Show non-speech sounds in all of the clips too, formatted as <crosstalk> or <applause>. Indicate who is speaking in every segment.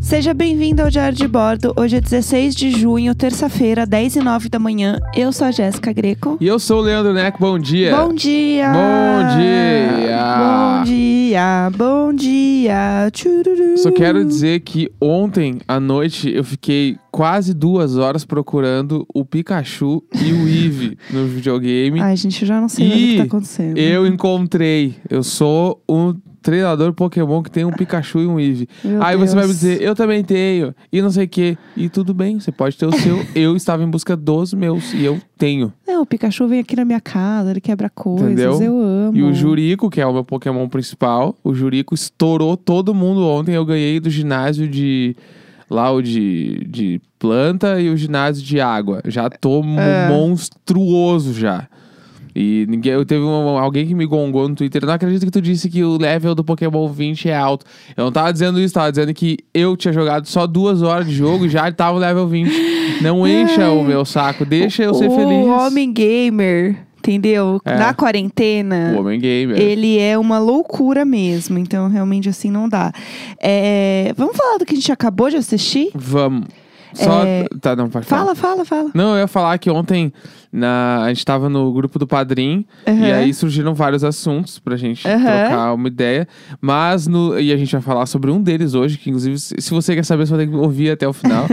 Speaker 1: Seja bem-vindo ao Diário de Bordo. Hoje é 16 de junho, terça-feira, 10 e 09 da manhã. Eu sou a Jéssica Greco.
Speaker 2: E eu sou o Leandro Neco, bom dia.
Speaker 1: Bom dia!
Speaker 2: Bom dia!
Speaker 1: Bom dia, bom dia. Tchururu.
Speaker 2: Só quero dizer que ontem à noite eu fiquei quase duas horas procurando o Pikachu e
Speaker 1: <laughs>
Speaker 2: o Eevee no videogame.
Speaker 1: Ai, gente, eu já não sei mais o que
Speaker 2: Ih,
Speaker 1: tá acontecendo.
Speaker 2: Eu encontrei. Eu sou um treinador Pokémon que tem um Pikachu e um Eevee.
Speaker 1: Meu
Speaker 2: Aí você vai me
Speaker 1: Deus.
Speaker 2: dizer, eu também tenho, e não sei o quê. E tudo bem, você pode ter o
Speaker 1: <laughs>
Speaker 2: seu. eu estava em busca dos meus, e eu tenho.
Speaker 1: Não, o Pikachu vem aqui na minha casa, ele quebra coisas,
Speaker 2: Entendeu?
Speaker 1: eu amo.
Speaker 2: E o Jurico, que é o meu Pokémon principal, o Jurico estourou todo mundo ontem. Eu ganhei do ginásio de. Lá o de, de planta e o ginásio de água. Já tô mo-
Speaker 1: É.
Speaker 2: monstruoso já. E ninguém, eu teve um- alguém que me gongou no Twitter. Não acredito que tu disse que o level do Pokémon 20 é alto. Eu não tava dizendo isso, tava dizendo que eu tinha jogado só duas horas de jogo e já tava no level 20. Não encha o meu saco, deixa eu ser
Speaker 1: o
Speaker 2: feliz.
Speaker 1: homem gamer, entendeu?
Speaker 2: É.
Speaker 1: Na quarentena.
Speaker 2: O homem gamer.
Speaker 1: Ele é uma loucura mesmo, então realmente assim não dá. É, vamos falar do que a gente acabou de assistir?
Speaker 2: Vamos. Só.
Speaker 1: É,
Speaker 2: Tá, não, pode
Speaker 1: Fala,
Speaker 2: falar.
Speaker 1: fala, fala.
Speaker 2: Não, eu ia falar que ontem na... a gente tava no grupo do Padrim.
Speaker 1: Aham.
Speaker 2: E aí surgiram vários assuntos pra gente
Speaker 1: Aham.
Speaker 2: trocar uma ideia. Mas no. E a gente vai falar sobre um deles hoje, que inclusive, se se você quer saber, você vai ter que ouvir até o
Speaker 1: <laughs>
Speaker 2: final.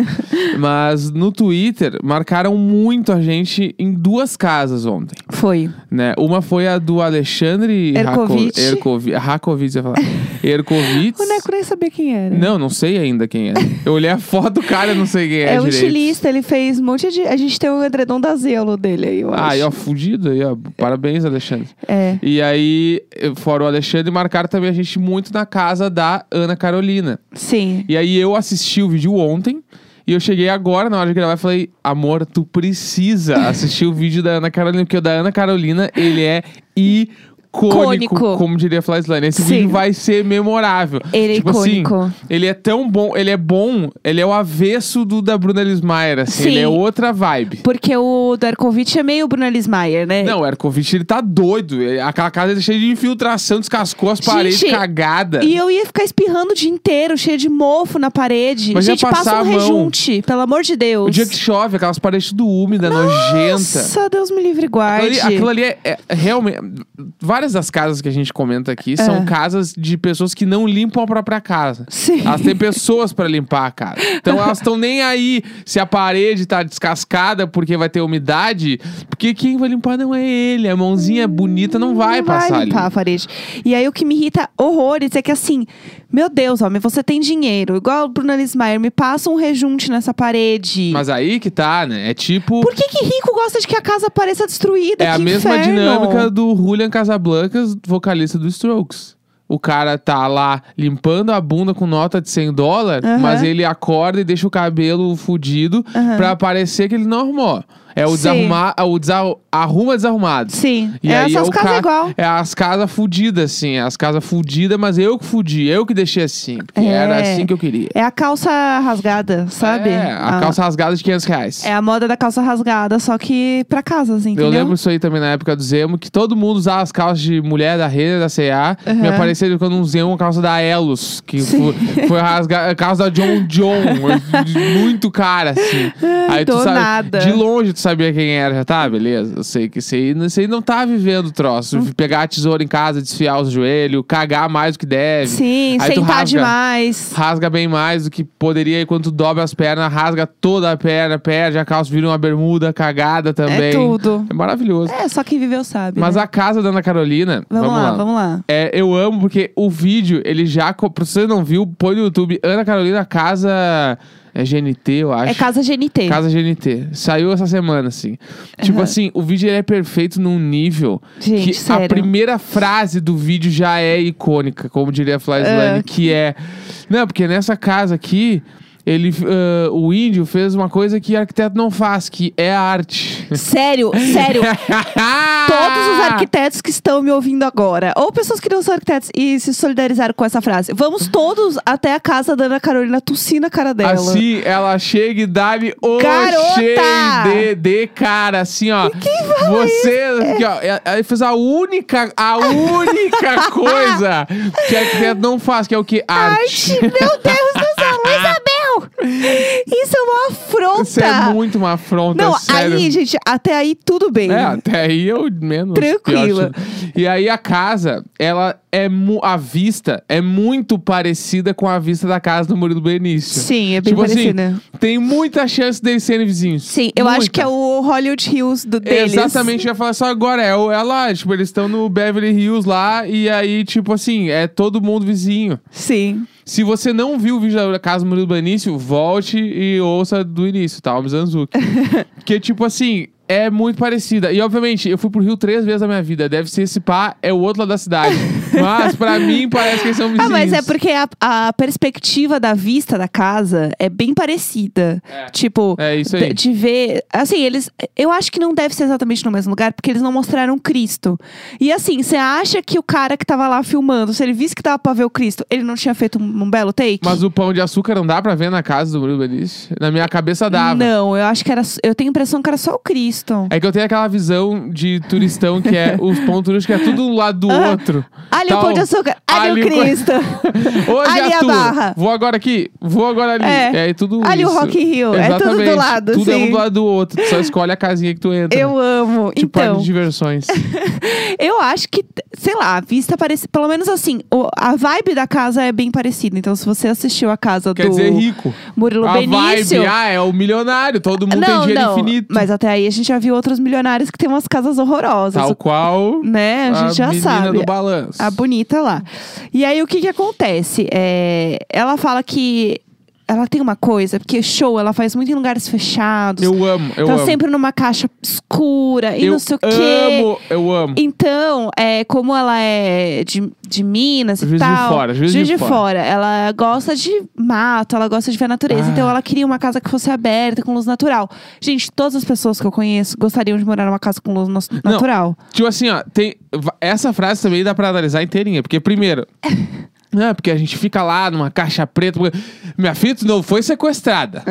Speaker 2: mas no Twitter, marcaram muito a gente em duas casas ontem
Speaker 1: Foi.
Speaker 2: né? Uma foi a do Alexandre
Speaker 1: Ercovitch.
Speaker 2: Ercovi- Rakovic, eu
Speaker 1: <laughs>
Speaker 2: ia falar. Ercovitz.
Speaker 1: O Neco nem sabia quem era.
Speaker 2: Não, não sei ainda quem é. Eu olhei a foto do cara, não sei quem é.
Speaker 1: é um
Speaker 2: direito.
Speaker 1: estilista, ele fez um monte de. A gente tem o edredom da Zelo dele aí, eu acho.
Speaker 2: Ah, aí, ó, fudido aí, ó. Parabéns, Alexandre.
Speaker 1: É.
Speaker 2: E aí, eu- fora o Alexandre, marcaram também a gente muito na casa da Ana Carolina.
Speaker 1: Sim.
Speaker 2: E aí, eu assisti o vídeo ontem. E eu cheguei agora, na hora de gravar, e falei... Amor, tu precisa assistir o vídeo da Ana Carolina. Porque o da Ana Carolina, ele é icônico.
Speaker 1: Cônico.
Speaker 2: Como diria a Fly Slane. Esse
Speaker 1: Sim.
Speaker 2: vídeo vai ser memorável.
Speaker 1: Ele é
Speaker 2: tipo
Speaker 1: icônico.
Speaker 2: Assim, ele é tão bom... Ele é bom... Ele é o avesso do da Bruna Lismayer, assim.
Speaker 1: Sim.
Speaker 2: Ele é outra vibe.
Speaker 1: Porque o Darkovic é meio Bruna Lismayer, né?
Speaker 2: Não, o Erkovic, ele tá doido. Ele- Aquela casa é cheia de infiltração, descascou as paredes,
Speaker 1: Gente,
Speaker 2: cagada.
Speaker 1: E eu ia ficar espirrando o dia inteiro, cheio de mofo na parede.
Speaker 2: Mas ia
Speaker 1: gente, passa
Speaker 2: passar
Speaker 1: um
Speaker 2: a mão.
Speaker 1: rejunte, pelo amor de Deus.
Speaker 2: O dia que chove, aquelas paredes tudo úmida, nojenta.
Speaker 1: Nossa, Deus me livre e
Speaker 2: Aquilo
Speaker 1: guarde.
Speaker 2: ali, aquilo ali é, é realmente. Várias das casas que a gente comenta aqui
Speaker 1: Ah.
Speaker 2: são casas de pessoas que não limpam a própria casa.
Speaker 1: Sim.
Speaker 2: Elas têm pessoas pra limpar a casa. Então elas estão nem aí se a parede tá descascada porque vai ter umidade. Porque quem vai limpar não é ele. A mãozinha bonita não vai
Speaker 1: Hum, Não
Speaker 2: passar
Speaker 1: vai
Speaker 2: ali.
Speaker 1: limpar a parede. E aí o que me irrita horrores é que assim, meu Deus, homem, você tem dinheiro. Igual o Bruna Lismayer, me passa um rejunte nessa parede.
Speaker 2: Mas aí que tá, né? É tipo.
Speaker 1: Por que que rico gosta de que a casa pareça destruída?
Speaker 2: É a
Speaker 1: Que
Speaker 2: mesma
Speaker 1: inferno.
Speaker 2: dinâmica do Julian Casablancas, vocalista do Strokes. O cara tá lá limpando a bunda com nota de 100 dólares,
Speaker 1: Aham.
Speaker 2: mas ele acorda e deixa o cabelo fudido
Speaker 1: Aham.
Speaker 2: pra parecer que ele não arrumou. É o,
Speaker 1: Sim.
Speaker 2: desarrumar, é o desar, arruma desarrumado.
Speaker 1: Sim,
Speaker 2: E
Speaker 1: é
Speaker 2: aí
Speaker 1: essas
Speaker 2: é o
Speaker 1: casas
Speaker 2: ca-
Speaker 1: igual.
Speaker 2: É as casas fudidas, assim. É as casas fudidas, mas eu que fudi, eu que deixei assim. Porque
Speaker 1: É.
Speaker 2: era assim que eu queria.
Speaker 1: É a calça rasgada, sabe? Ah.
Speaker 2: É, a calça rasgada de 500 reais.
Speaker 1: É a moda da calça rasgada, só que pra casa, assim, entendeu?
Speaker 2: Eu lembro isso aí também na época do Zemo, que todo mundo usava as calças de mulher da rede, da CA.
Speaker 1: Aham.
Speaker 2: Me apareceram quando um Zemo, uma calça da Elos, que
Speaker 1: Sim.
Speaker 2: foi, foi rasgar, a calça da John
Speaker 1: <laughs>
Speaker 2: John, muito cara, assim. Aí tu
Speaker 1: do
Speaker 2: sabe,
Speaker 1: nada.
Speaker 2: de longe tu sabia quem era, já tá, beleza. Eu sei que isso aí, isso aí não tá vivendo o troço.
Speaker 1: Uhum.
Speaker 2: Pegar a tesoura em casa, desfiar os joelhos, cagar mais do que deve.
Speaker 1: Sim,
Speaker 2: Aí tu
Speaker 1: sentar
Speaker 2: rasga.
Speaker 1: demais.
Speaker 2: Rasga bem mais do que poderia, e quando tu dobra as pernas, rasga toda a perna, perde a calça, vira uma bermuda cagada também.
Speaker 1: É tudo.
Speaker 2: É maravilhoso.
Speaker 1: É, só quem viveu sabe.
Speaker 2: Mas
Speaker 1: né?
Speaker 2: a casa da Ana Carolina.
Speaker 1: Vamos, lá, vamos lá.
Speaker 2: É, eu amo porque o vídeo, ele já. co- Pra você não viu, põe no YouTube. Ana Carolina Casa. É GNT, eu acho.
Speaker 1: É casa GNT.
Speaker 2: Casa GNT. Saiu essa semana, assim. Tipo assim, o vídeo ele é perfeito num nível
Speaker 1: Gente,
Speaker 2: que
Speaker 1: sério.
Speaker 2: a primeira frase do vídeo já é icônica, como diria a Fly
Speaker 1: Ah.
Speaker 2: Slane, que é. Não, porque nessa casa aqui. Ele, ah, o índio fez uma coisa que arquiteto não faz, que é arte.
Speaker 1: Sério,
Speaker 2: <laughs>
Speaker 1: sério. Todos
Speaker 2: Ah.
Speaker 1: os arquitetos que estão me ouvindo agora, ou pessoas que não são arquitetos e se solidarizaram com essa frase, vamos todos até a casa da Ana Carolina tossir na cara dela.
Speaker 2: Assim, ela chega e dá-lhe o
Speaker 1: Garota!
Speaker 2: cheio de, de cara, assim, ó. Quem fala Você, aqui, ó, ela- ela fez a única,
Speaker 1: <laughs>
Speaker 2: a única coisa que a arquiteto não faz, que é o que? Arte.
Speaker 1: Arte, meu Deus do céu, Luísa Bel! Isso é uma afronta.
Speaker 2: Isso é muito uma afronta, é
Speaker 1: Não,
Speaker 2: sério.
Speaker 1: aí, gente, até aí tudo bem.
Speaker 2: É, até aí eu menos.
Speaker 1: Tranquila.
Speaker 2: pior que- E aí a casa, ela é mu- a vista é muito parecida com a vista da casa do Murilo Benício.
Speaker 1: Sim, é bem
Speaker 2: tipo
Speaker 1: parecida.
Speaker 2: assim, tem muita chance deles serem vizinhos.
Speaker 1: Sim, eu acho
Speaker 2: Muita.
Speaker 1: que é o Hollywood Hills do deles.
Speaker 2: Exatamente, eu ia falar só agora. É, o- é lá, tipo, eles estão no Beverly Hills lá, e aí, tipo assim, é todo mundo vizinho.
Speaker 1: Sim.
Speaker 2: Se você não viu o vídeo da Casa do Murilo Benício, volte e ouça do início, tá?
Speaker 1: <laughs>
Speaker 2: O Mizanzuki. Porque, tipo assim, é muito parecida. E, obviamente, eu fui pro Rio três vezes na minha vida. Deve ser esse pá, é o outro lado da cidade.
Speaker 1: <laughs>
Speaker 2: Mas, pra mim, parece que eles são vizinhos.
Speaker 1: Ah, mas é porque a, a perspectiva da vista da casa é bem parecida.
Speaker 2: É.
Speaker 1: Tipo,
Speaker 2: É isso aí.
Speaker 1: de, de ver. Assim, eles. Eu acho que não deve ser exatamente no mesmo lugar, porque eles não mostraram Cristo. E assim, você acha que o cara que tava lá filmando, se ele visse que dava pra ver o Cristo, ele não tinha feito um, um belo take?
Speaker 2: Mas o pão de açúcar não dá pra ver na casa do Murilo Benício? Na minha cabeça dava.
Speaker 1: Não, eu acho que era. Eu tenho a impressão que era só o Cristo.
Speaker 2: É que eu tenho aquela visão de turistão que é os pontos turísticos que é tudo um lado do outro.
Speaker 1: Ah, Ali
Speaker 2: Tá,
Speaker 1: o pão de açúcar, ali,
Speaker 2: ali
Speaker 1: o
Speaker 2: o co-
Speaker 1: Cristo.
Speaker 2: <laughs> Hoje
Speaker 1: Ali
Speaker 2: é
Speaker 1: a
Speaker 2: a tua.
Speaker 1: barra.
Speaker 2: Vou agora aqui, vou agora ali.
Speaker 1: É.
Speaker 2: É, tudo
Speaker 1: Ali o
Speaker 2: isso.
Speaker 1: Rock in Rio, é tudo do
Speaker 2: Exatamente.
Speaker 1: lado,
Speaker 2: Tudo é
Speaker 1: sim.
Speaker 2: um do lado do outro. Tu só escolhe a casinha que tu entra.
Speaker 1: eu amo.
Speaker 2: Tipo parque
Speaker 1: então. <laughs>
Speaker 2: de diversões.
Speaker 1: Eu acho que, sei lá, a vista parece. Pelo menos assim, o- a vibe da casa é bem parecida. Então, se você assistiu a casa
Speaker 2: Quer
Speaker 1: do
Speaker 2: dizer, rico.
Speaker 1: Murilo
Speaker 2: a
Speaker 1: Benício.
Speaker 2: vibe, ah, é o milionário. Todo mundo
Speaker 1: não,
Speaker 2: tem dinheiro
Speaker 1: não.
Speaker 2: infinito.
Speaker 1: Mas até aí a gente já viu outros milionários que tem umas casas horrorosas.
Speaker 2: Tal qual
Speaker 1: Né? A gente já
Speaker 2: Tá menina
Speaker 1: sabe.
Speaker 2: do balanço.
Speaker 1: A bonita lá. E aí, o que que acontece? É, ela fala que. Ela tem uma coisa, porque show ela faz muito em lugares fechados.
Speaker 2: Eu amo, eu
Speaker 1: tá
Speaker 2: amo.
Speaker 1: sempre numa caixa escura e
Speaker 2: eu
Speaker 1: não sei o quê.
Speaker 2: amo, eu amo.
Speaker 1: Então, é, como ela é de, de Minas e
Speaker 2: Juiz de
Speaker 1: tal.
Speaker 2: Fora, Juiz de Fora.
Speaker 1: Ela gosta de mato, ela gosta de ver a natureza.
Speaker 2: Ah.
Speaker 1: Então, ela queria uma casa que fosse aberta, com luz natural. Gente, todas as pessoas que eu conheço gostariam de morar numa casa com luz nas-
Speaker 2: Não.
Speaker 1: natural.
Speaker 2: Tipo assim, ó, tem. va- Essa frase também dá pra analisar inteirinha. Porque, primeiro.
Speaker 1: <laughs>
Speaker 2: Não, porque a gente fica lá numa caixa preta. porque- Minha filha, tu não foi sequestrada.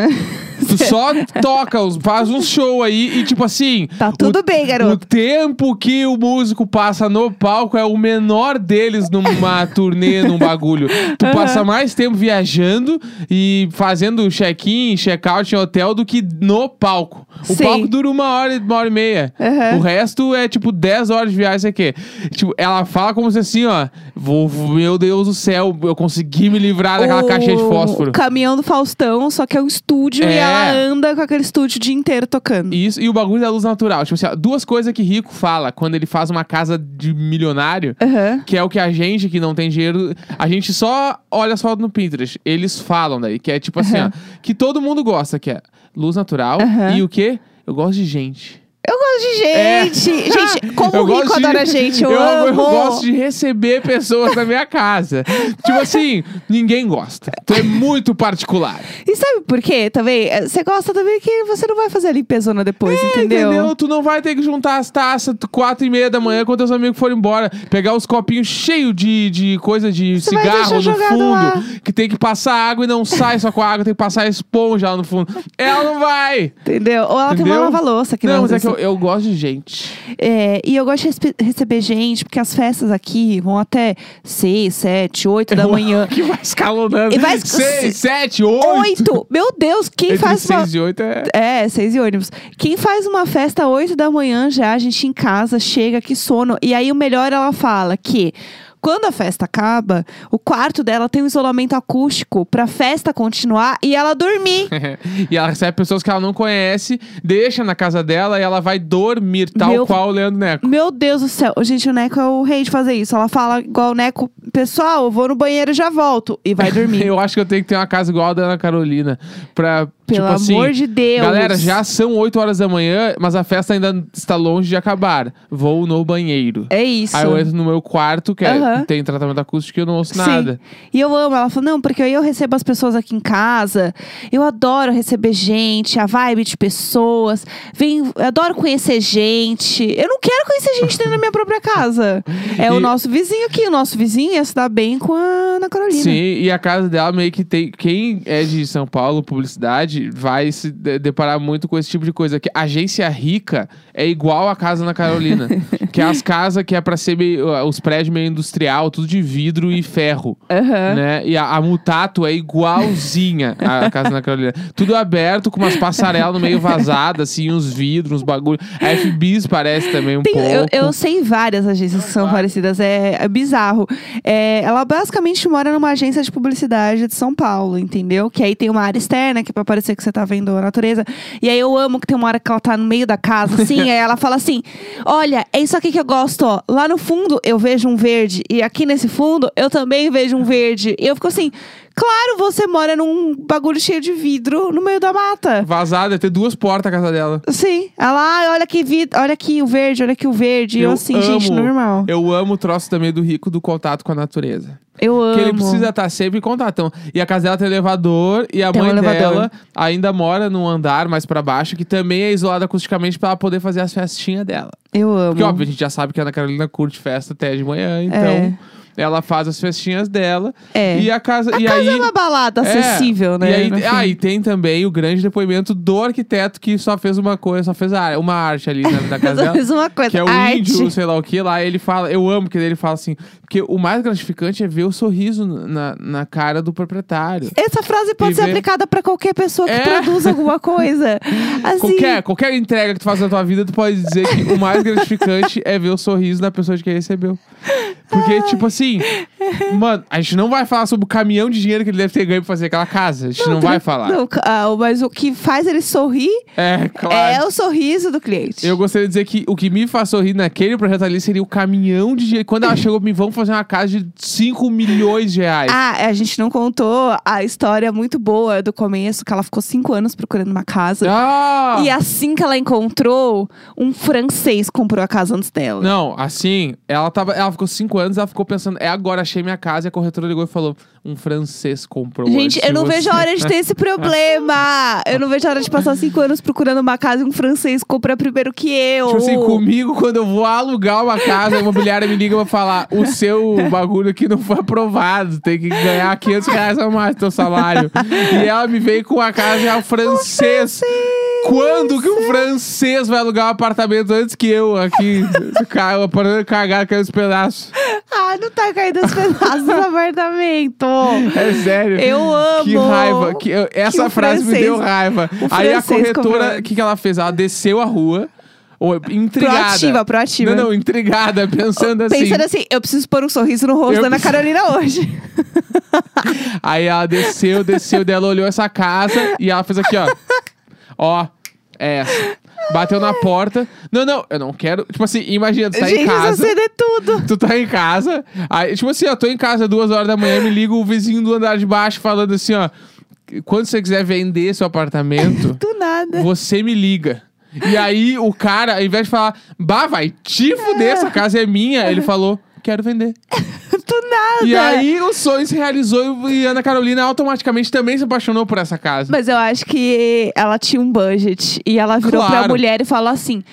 Speaker 1: <laughs>
Speaker 2: tu só toca, os- faz um show aí e, tipo assim.
Speaker 1: Tá tudo bem,
Speaker 2: O
Speaker 1: garoto.
Speaker 2: tempo que o músico passa no palco é o menor
Speaker 1: <laughs>
Speaker 2: deles numa turnê, num bagulho. Tu passa mais tempo viajando e fazendo check-in, check-out em hotel do que no palco. O
Speaker 1: Sim.
Speaker 2: palco dura uma hora, e- uma hora e meia.
Speaker 1: Aham.
Speaker 2: O resto é tipo 10 horas de viagem, sei aqui. Tipo, ela fala como se assim, ó. Vou, meu Deus do céu, eu consegui me livrar daquela
Speaker 1: O-
Speaker 2: caixinha de fósforo.
Speaker 1: O caminhão do Faustão, só que é um estúdio e
Speaker 2: É.
Speaker 1: ela anda com aquele estúdio o dia inteiro tocando.
Speaker 2: E Isso, e o bagulho da luz natural. Tipo assim, ó, duas coisas que rico fala quando ele faz uma casa de milionário,
Speaker 1: Aham.
Speaker 2: que é o que a gente que não tem dinheiro, a gente só olha as fotos no Pinterest. Eles falam daí, que é tipo assim,
Speaker 1: Aham.
Speaker 2: ó, que todo mundo gosta, que é luz natural
Speaker 1: Aham.
Speaker 2: e o quê? Eu gosto de gente.
Speaker 1: Eu gosto de
Speaker 2: É.
Speaker 1: gente. Gente, como
Speaker 2: eu
Speaker 1: o rico
Speaker 2: gosto de-
Speaker 1: adora gente. Eu,
Speaker 2: eu
Speaker 1: amo.
Speaker 2: gosto de receber pessoas na minha casa.
Speaker 1: <laughs>
Speaker 2: tipo assim, ninguém gosta. Tu é muito particular.
Speaker 1: E sabe por quê também? É, Você gosta também que você não vai fazer a limpezona depois,
Speaker 2: É,
Speaker 1: entendeu?
Speaker 2: Tu não vai ter que juntar as taças t- quatro e meia da manhã quando teus amigos forem embora. Pegar os copinhos cheios de, de coisa de
Speaker 1: Você vai
Speaker 2: cigarro
Speaker 1: deixar
Speaker 2: no
Speaker 1: jogado
Speaker 2: fundo.
Speaker 1: lá.
Speaker 2: Que tem que passar água e não sai só com a água, tem que passar a esponja lá no fundo. Ela não vai!
Speaker 1: Entendeu? Ou ela tem
Speaker 2: Entendeu?
Speaker 1: uma lava-louça que
Speaker 2: não,
Speaker 1: não,
Speaker 2: mas é que
Speaker 1: usa.
Speaker 2: eu, eu gosto de gente.
Speaker 1: assim. É, e eu gosto de respe- receber gente, porque as festas aqui vão até 6, 7, 8 da manhã.
Speaker 2: que vai escalonando.
Speaker 1: E vai-
Speaker 2: Seis, sete, oito.
Speaker 1: 8! Meu Deus, quem
Speaker 2: Entre
Speaker 1: faz uma.
Speaker 2: seis e oito é... <laughs>
Speaker 1: É, seis e ônibus. Quem faz uma festa oito da manhã já, a gente em casa, chega, que sono. E aí o melhor ela fala que quando a festa acaba, o quarto dela tem um isolamento acústico pra festa continuar e ela dormir.
Speaker 2: e ela recebe pessoas que ela não conhece, deixa na casa dela e ela vai dormir, tal
Speaker 1: Meu-
Speaker 2: qual o Leandro Neco.
Speaker 1: Meu Deus do céu. Gente, o Neco é o rei de fazer isso. Ela fala igual o Neco, pessoal, eu vou no banheiro e já volto. E vai dormir.
Speaker 2: <laughs> Eu acho que eu tenho que ter uma casa igual a da Ana Carolina. Pra,
Speaker 1: Pelo
Speaker 2: tipo assim,
Speaker 1: amor de Deus.
Speaker 2: Galera, já são 8 horas da manhã, mas a festa ainda está longe de acabar. Vou no banheiro.
Speaker 1: É isso.
Speaker 2: Aí eu entro no meu quarto, que é-
Speaker 1: Aham.
Speaker 2: tem tratamento acústico e eu não ouço nada.
Speaker 1: E eu amo. Ela falou, não, porque aí eu recebo as pessoas aqui em casa. Eu adoro receber gente, a vibe de pessoas. Vem, eu adoro conhecer
Speaker 2: <laughs>
Speaker 1: gente. Eu não quero conhecer gente dentro da minha própria casa. É o
Speaker 2: E-
Speaker 1: nosso vizinho aqui. O nosso vizinho é se dar bem com a Ana Carolina.
Speaker 2: Sim, e a casa dela meio que tem. Quem é de São Paulo, publicidade, vai se de- deparar muito com esse tipo de coisa. Que agência rica é igual a casa
Speaker 1: <laughs>
Speaker 2: na Carolina. que é as casas que é pra ser meio, os prédios meio industrial, tudo de vidro e ferro.
Speaker 1: Aham.
Speaker 2: Né? E a, a Mutato é igualzinha à Casa na Carolina. Tudo aberto, com umas passarelas no meio vazadas, assim, uns vidros, uns bagulho. A FBIS parece também um
Speaker 1: Tem-
Speaker 2: pouco.
Speaker 1: eu, eu sei várias agências que são
Speaker 2: Várias.
Speaker 1: parecidas, é, é bizarro. É, ela basicamente mora numa agência de publicidade de São Paulo, entendeu? Que aí tem uma área externa, que é pra parecer que você tá vendo a natureza. E aí eu amo que tem uma hora que ela tá no meio da casa, assim, aí ela fala assim: Olha, é isso aqui que eu gosto, ó. Lá no fundo eu vejo um verde, e aqui nesse fundo eu também vejo um verde. E eu fico assim. Claro, você mora num bagulho cheio de vidro no meio da mata.
Speaker 2: Vazada, ia ter duas portas a casa dela.
Speaker 1: Sim. Ela, "Ai, olha que vi... olha aqui o verde, olha aqui o verde. Eu, assim, gente,
Speaker 2: amo-
Speaker 1: normal.
Speaker 2: Eu amo o troço também do rico do contato com a natureza.
Speaker 1: Eu, amo.
Speaker 2: Que ele precisa estar sempre em contato. Então, E a casa dela tem elevador e a
Speaker 1: Tem um
Speaker 2: mãe
Speaker 1: elevador.
Speaker 2: dela ainda mora num andar mais pra baixo, que também é isolada acusticamente pra ela poder fazer as festinhas dela.
Speaker 1: Eu amo.
Speaker 2: Porque, óbvio, a gente já sabe que a Ana Carolina curte festa até de manhã, então
Speaker 1: É.
Speaker 2: ela faz as festinhas dela.
Speaker 1: É.
Speaker 2: E a casa.
Speaker 1: A
Speaker 2: e
Speaker 1: casa
Speaker 2: aí,
Speaker 1: é uma balada
Speaker 2: é,
Speaker 1: acessível, né?
Speaker 2: E aí,
Speaker 1: no fim.
Speaker 2: ah, e tem também o grande depoimento do arquiteto que só fez uma coisa, só fez a área- uma arte ali na,
Speaker 1: <laughs>
Speaker 2: na casa
Speaker 1: Mas eu
Speaker 2: dela.
Speaker 1: fiz uma coisa.
Speaker 2: Que é o
Speaker 1: arte.
Speaker 2: índio, sei lá o que lá. Ele fala, eu amo que ele fala assim. Porque o mais gratificante é ver o sorriso na, na cara do proprietário.
Speaker 1: Essa frase pode
Speaker 2: E
Speaker 1: ser
Speaker 2: ver-
Speaker 1: aplicada pra qualquer pessoa que
Speaker 2: É.
Speaker 1: produz alguma
Speaker 2: <laughs>
Speaker 1: coisa. Assim,
Speaker 2: Qualquer, qualquer entrega que tu faz na tua vida, tu pode dizer que o mais gratificante é ver o sorriso da pessoa de quem recebeu. Porque, tipo assim, mano, a gente não vai falar sobre o caminhão de dinheiro que ele deve ter ganho pra fazer aquela casa. A gente não, vai falar.
Speaker 1: não, ah, mas o que faz ele sorrir
Speaker 2: É, claro.
Speaker 1: é o sorriso do cliente.
Speaker 2: Eu gostaria de dizer que o que me faz sorrir naquele projeto ali seria o caminhão de dinheiro. Quando ela chegou, me vão fazer uma casa de 5 milhões de reais.
Speaker 1: Ah, a gente não contou a história muito boa do começo, que ela ficou cinco anos procurando uma casa.
Speaker 2: Ah!
Speaker 1: E assim que ela encontrou, um francês comprou a casa antes dela.
Speaker 2: Não, assim, ela tava. Ela ficou cinco anos, ela ficou pensando, é agora, achei minha casa, e a corretora ligou e falou: um francês comprou.
Speaker 1: Gente,
Speaker 2: antes
Speaker 1: eu não
Speaker 2: de
Speaker 1: vejo
Speaker 2: assim você." <laughs>
Speaker 1: a hora de ter esse problema. Eu não vejo a hora de passar cinco anos procurando uma casa e um francês comprar primeiro que eu.
Speaker 2: Tipo assim, comigo, quando eu vou alugar uma casa, a imobiliária me liga pra falar: o seu bagulho aqui não foi aprovado, tem que ganhar 500 reais a mais do teu salário. e ela me veio com a casa e é o francês. Quando que um francês vai alugar um apartamento antes que eu aqui? <laughs> Ca- O apartamento cagado, caiu os pedaços.
Speaker 1: Ah, não tá caindo os pedaços do apartamento.
Speaker 2: É sério.
Speaker 1: Eu amo.
Speaker 2: Que raiva. Que eu- essa
Speaker 1: o
Speaker 2: frase me
Speaker 1: francês-
Speaker 2: deu raiva.
Speaker 1: o
Speaker 2: Aí a
Speaker 1: francês
Speaker 2: corretora,
Speaker 1: comprou.
Speaker 2: o que, que ela fez? Ela desceu a rua, ô, intrigada.
Speaker 1: Proativa, proativa.
Speaker 2: Não, não, intrigada, pensando assim.
Speaker 1: Pensando assim, eu preciso pôr um sorriso no rosto
Speaker 2: Eu
Speaker 1: da Ana
Speaker 2: preciso-
Speaker 1: Carolina
Speaker 2: <laughs>
Speaker 1: hoje.
Speaker 2: Aí ela desceu, desceu, daí ela olhou essa casa e ela fez aqui, ó. Ó, é essa. Bateu na porta. Não, não, eu não quero. Tipo assim, imagina, tu tá
Speaker 1: Gente,
Speaker 2: em
Speaker 1: isso
Speaker 2: casa.
Speaker 1: acende tudo.
Speaker 2: Tu tá em casa, aí, tipo assim, eu tô em casa duas horas da manhã, me liga o vizinho do andar de baixo falando assim, ó. Quando você quiser vender
Speaker 1: <laughs>
Speaker 2: seu apartamento,
Speaker 1: Do nada.
Speaker 2: você me liga. E aí o cara, ao invés de falar, bah, vai te fuder, essa casa é minha, ele falou, quero vender.
Speaker 1: Do nada.
Speaker 2: E aí o sonho se realizou e a Ana Carolina automaticamente também se apaixonou por essa casa.
Speaker 1: Mas eu acho que ela tinha um budget. E ela virou pra
Speaker 2: Claro.
Speaker 1: mulher e falou assim: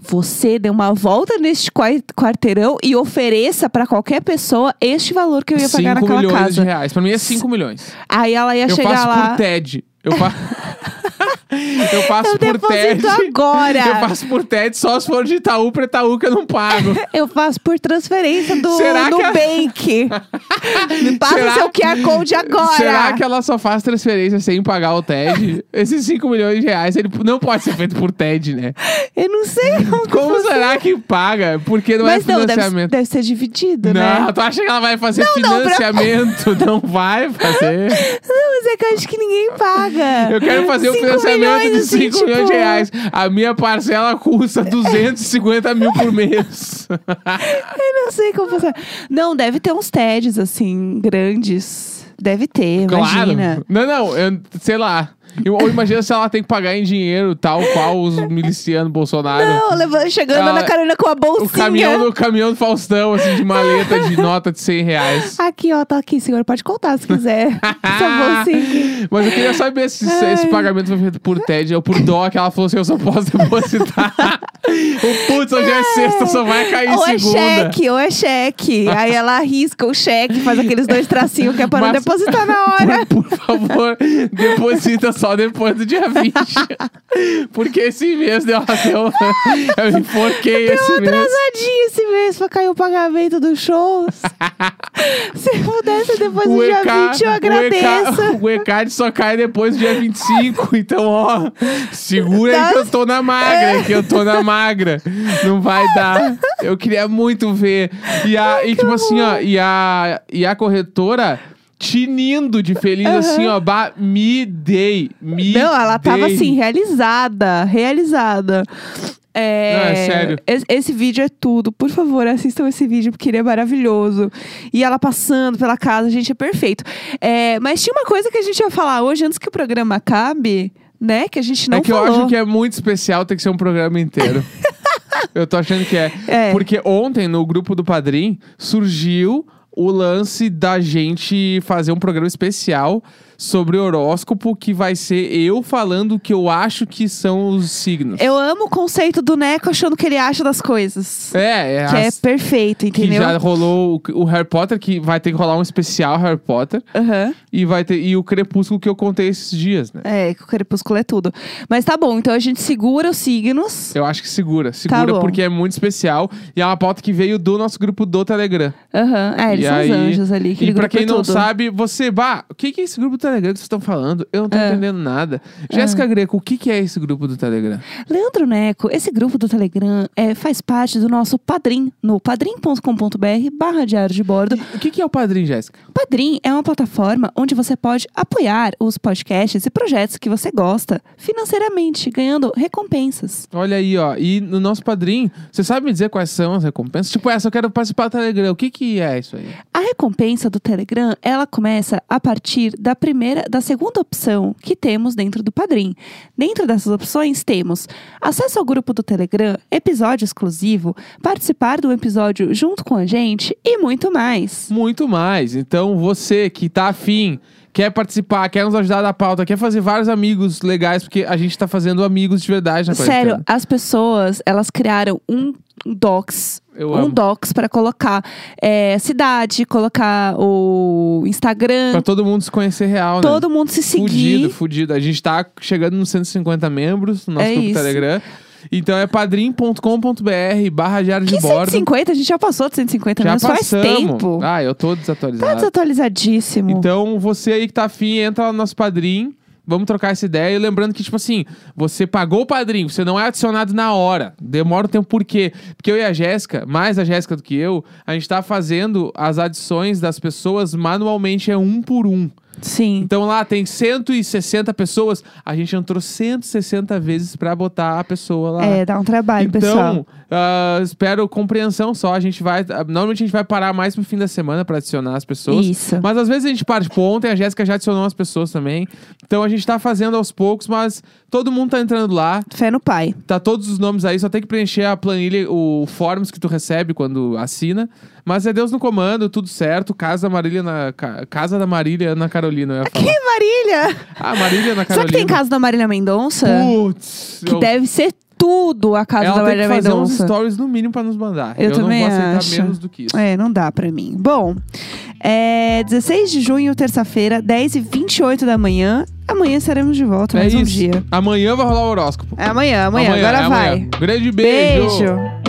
Speaker 1: Você deu uma volta neste qua- quarteirão e ofereça pra qualquer pessoa este valor que eu ia pagar
Speaker 2: 5
Speaker 1: naquela
Speaker 2: milhões de
Speaker 1: casa.
Speaker 2: reais. Pra mim é 5 milhões.
Speaker 1: Aí ela ia
Speaker 2: Eu
Speaker 1: chegar
Speaker 2: faço
Speaker 1: lá.
Speaker 2: por TED. Eu faço. <laughs> Eu faço
Speaker 1: Eu
Speaker 2: por TED.
Speaker 1: deposito agora.
Speaker 2: Eu faço por TED só se for de Itaú pra Itaú que eu não pago.
Speaker 1: Eu faço por transferência do
Speaker 2: Será que a- <laughs>
Speaker 1: Nubank. Me passa
Speaker 2: Será-
Speaker 1: seu QR Code agora.
Speaker 2: Será que ela só faz transferência sem pagar o TED? Esses 5 milhões de reais, ele não pode ser feito por TED, né?
Speaker 1: Eu não
Speaker 2: <laughs>
Speaker 1: sei. Como, que
Speaker 2: Como
Speaker 1: funciona.
Speaker 2: será que paga? Porque não
Speaker 1: Mas
Speaker 2: é
Speaker 1: não, deve,
Speaker 2: financiamento.
Speaker 1: deve ser dividido,
Speaker 2: não,
Speaker 1: né?
Speaker 2: tu acha que ela vai fazer
Speaker 1: não, pra-
Speaker 2: financiamento? <laughs> Não vai fazer.
Speaker 1: Não, mas é que eu acho que ninguém paga.
Speaker 2: Eu quero fazer um
Speaker 1: Cinco
Speaker 2: financiamento
Speaker 1: milhões,
Speaker 2: de
Speaker 1: assim,
Speaker 2: 5 milhões de
Speaker 1: tipo,
Speaker 2: reais. A minha parcela custa 250 mil por mês.
Speaker 1: Eu não sei como fazer. Não, deve ter uns TEDs, assim, grandes. Deve ter,
Speaker 2: claro.
Speaker 1: imagina.
Speaker 2: Não, não, eu, sei lá. Ou imagina se ela tem que pagar em dinheiro, tal qual os milicianos Bolsonaro.
Speaker 1: Não, é. levando, chegando
Speaker 2: Ela-
Speaker 1: na carona com a bolsinha.
Speaker 2: Ah, O caminhão do, o caminhão do Faustão, assim, de maleta de nota de 100 reais.
Speaker 1: Aqui, ó, tá aqui, senhor. Pode contar se quiser. Essa bolsinha aqui.
Speaker 2: Ah, Mas eu queria saber se esse, esse pagamento foi feito por TED ou por dó, que ela falou assim, eu só posso depositar. <laughs> o putz, hoje é sexta, só vai cair
Speaker 1: Ou é
Speaker 2: segunda.
Speaker 1: cheque, ou é cheque. Aí ela arrisca o cheque, faz aqueles dois tracinhos que é para não
Speaker 2: <laughs> Mas-
Speaker 1: depositar na hora.
Speaker 2: Por, por favor, deposita só depois do dia 20. Porque esse mês deu deu- Eu me enforquei esse mês.
Speaker 1: Atrasadinho esse mês pra cair o pagamento dos shows.
Speaker 2: <laughs>
Speaker 1: Se pudesse, depois do
Speaker 2: O
Speaker 1: dia
Speaker 2: EK,
Speaker 1: 20 eu agradeço.
Speaker 2: O EK, o ECAD só cai depois do dia 25. Então, ó, segura aí que eu tô na magra, que eu tô na magra. Não vai dar. Eu queria muito ver. E, a, e tipo assim, ó, e a, e a corretora tinindo de feliz, assim, ó, bah, me dei, me
Speaker 1: Não, ela tava
Speaker 2: dei.
Speaker 1: assim, realizada, realizada. É,
Speaker 2: Não, é sério.
Speaker 1: es- Esse, vídeo é tudo. Por favor, assistam esse vídeo, porque ele é maravilhoso. E ela passando pela casa, gente, é perfeito. É, mas tinha uma coisa que a gente ia falar hoje, antes que o programa acabe, né? Que a gente não
Speaker 2: é que
Speaker 1: falou.
Speaker 2: eu acho que é muito especial ter que ser um
Speaker 1: <laughs>
Speaker 2: programa inteiro. eu tô achando que é.
Speaker 1: É.
Speaker 2: Porque ontem, no grupo do Padrim, surgiu o lance da gente fazer um programa especial sobre horóscopo, que vai ser eu falando o que eu acho que são os signos.
Speaker 1: Eu amo o conceito do Neco achando o que ele acha das coisas.
Speaker 2: É, é.
Speaker 1: que é
Speaker 2: as-
Speaker 1: perfeito,
Speaker 2: que
Speaker 1: entendeu?
Speaker 2: já rolou o- o Harry Potter, que vai ter que rolar um especial Harry Potter.
Speaker 1: Aham.
Speaker 2: E vai ter. E o Crepúsculo que eu contei esses dias, né?
Speaker 1: É, que o crepúsculo é tudo. Mas tá bom, então a gente segura os signos.
Speaker 2: Eu acho que segura. Segura
Speaker 1: Tá bom.
Speaker 2: porque é muito especial. E é uma pauta que veio do nosso grupo do Telegram.
Speaker 1: Aham, é, eles
Speaker 2: E
Speaker 1: são
Speaker 2: aí-
Speaker 1: os anjos ali. aquele
Speaker 2: E pra
Speaker 1: grupo é
Speaker 2: quem não
Speaker 1: tudo.
Speaker 2: sabe, você, bah, o que, que é esse grupo do Telegram que vocês estão falando? Eu não tô
Speaker 1: É.
Speaker 2: entendendo nada. Jéssica Greco, o que, que é esse grupo do Telegram?
Speaker 1: Leandro Neco, esse grupo do Telegram é, faz parte do nosso Padrim, no padrim.com.br barra diário de bordo.
Speaker 2: O que, que é o padrinho, Jéssica?
Speaker 1: Padrim é uma plataforma onde você pode apoiar os podcasts e projetos que você gosta financeiramente, ganhando recompensas.
Speaker 2: Olha aí, ó. E no nosso padrinho, você sabe me dizer quais são as recompensas? Tipo, essa eu quero participar do Telegram. O que, que é isso aí?
Speaker 1: A recompensa do Telegram, ela começa a partir da primeira, da segunda opção que temos dentro do Padrim. Dentro dessas opções temos acesso ao grupo do Telegram, episódio exclusivo, participar do episódio junto com a gente e muito mais.
Speaker 2: Muito mais. Então, você que tá afim, quer participar, quer nos ajudar na pauta, quer fazer vários amigos legais, porque a gente tá fazendo amigos de verdade na
Speaker 1: Sério,
Speaker 2: quarentena.
Speaker 1: as pessoas, elas criaram um docs
Speaker 2: Eu
Speaker 1: um
Speaker 2: amo.
Speaker 1: docs para colocar é, cidade, colocar o Instagram,
Speaker 2: Pra todo mundo se conhecer real, né?
Speaker 1: todo mundo se
Speaker 2: Fudido,
Speaker 1: seguir.
Speaker 2: fudido. A gente tá chegando nos 150 membros no nosso
Speaker 1: É
Speaker 2: grupo
Speaker 1: isso.
Speaker 2: Telegram. Então é padrim.com.br barra diário de
Speaker 1: Que
Speaker 2: bordo.
Speaker 1: 150? A gente já passou de 150
Speaker 2: Já
Speaker 1: menos faz
Speaker 2: passamos.
Speaker 1: tempo.
Speaker 2: Ah, eu tô
Speaker 1: Tá
Speaker 2: desatualizado.
Speaker 1: desatualizadíssimo.
Speaker 2: Então você aí que tá afim, entra lá no nosso padrim. Vamos trocar essa ideia. E lembrando que, tipo assim, você pagou o padrinho, você não é adicionado na hora. Demora um tempo, por quê? Porque eu e a Jéssica, mais a Jéssica do que eu, a gente tá fazendo as adições das pessoas manualmente, é um por um.
Speaker 1: Sim.
Speaker 2: Então lá tem 160 pessoas, a gente entrou 160 vezes pra botar a pessoa lá.
Speaker 1: É, dá um trabalho, pessoal.
Speaker 2: Então, ah, espero compreensão só. A gente vai. ah, Normalmente a gente vai parar mais pro fim da semana pra adicionar as pessoas.
Speaker 1: Isso.
Speaker 2: Mas às vezes a gente parte. Tipo, ontem a Jéssica já adicionou as pessoas também. Então a gente tá fazendo aos poucos, mas todo mundo tá entrando lá.
Speaker 1: Fé no pai.
Speaker 2: Tá todos os nomes aí, só tem que preencher a planilha, o forms que tu recebe quando assina. Mas é Deus no comando, tudo certo. Casa Marília na. ca- Casa da Marília Ana Carolina, eu ia falar.
Speaker 1: Que Marília!
Speaker 2: Ah, Marília
Speaker 1: <laughs> Será
Speaker 2: na
Speaker 1: que
Speaker 2: Carolina.
Speaker 1: tem casa da Marília Mendonça?
Speaker 2: Putz,
Speaker 1: que
Speaker 2: eu-
Speaker 1: deve ser tudo a casa
Speaker 2: ela
Speaker 1: da
Speaker 2: tem que
Speaker 1: Marília
Speaker 2: fazer uns
Speaker 1: Mendonça.
Speaker 2: stories no mínimo pra nos mandar.
Speaker 1: Eu
Speaker 2: não
Speaker 1: também
Speaker 2: vou aceitar
Speaker 1: acho.
Speaker 2: menos do que isso.
Speaker 1: É, não dá pra mim. Bom, é 16 de junho, terça-feira, 10h28 da manhã. Amanhã estaremos de volta
Speaker 2: É
Speaker 1: mais um
Speaker 2: isso.
Speaker 1: dia.
Speaker 2: Amanhã vai rolar o horóscopo.
Speaker 1: É amanhã, amanhã.
Speaker 2: Amanhã,
Speaker 1: Agora
Speaker 2: é
Speaker 1: vai.
Speaker 2: amanhã. Grande beijo.
Speaker 1: Beijo.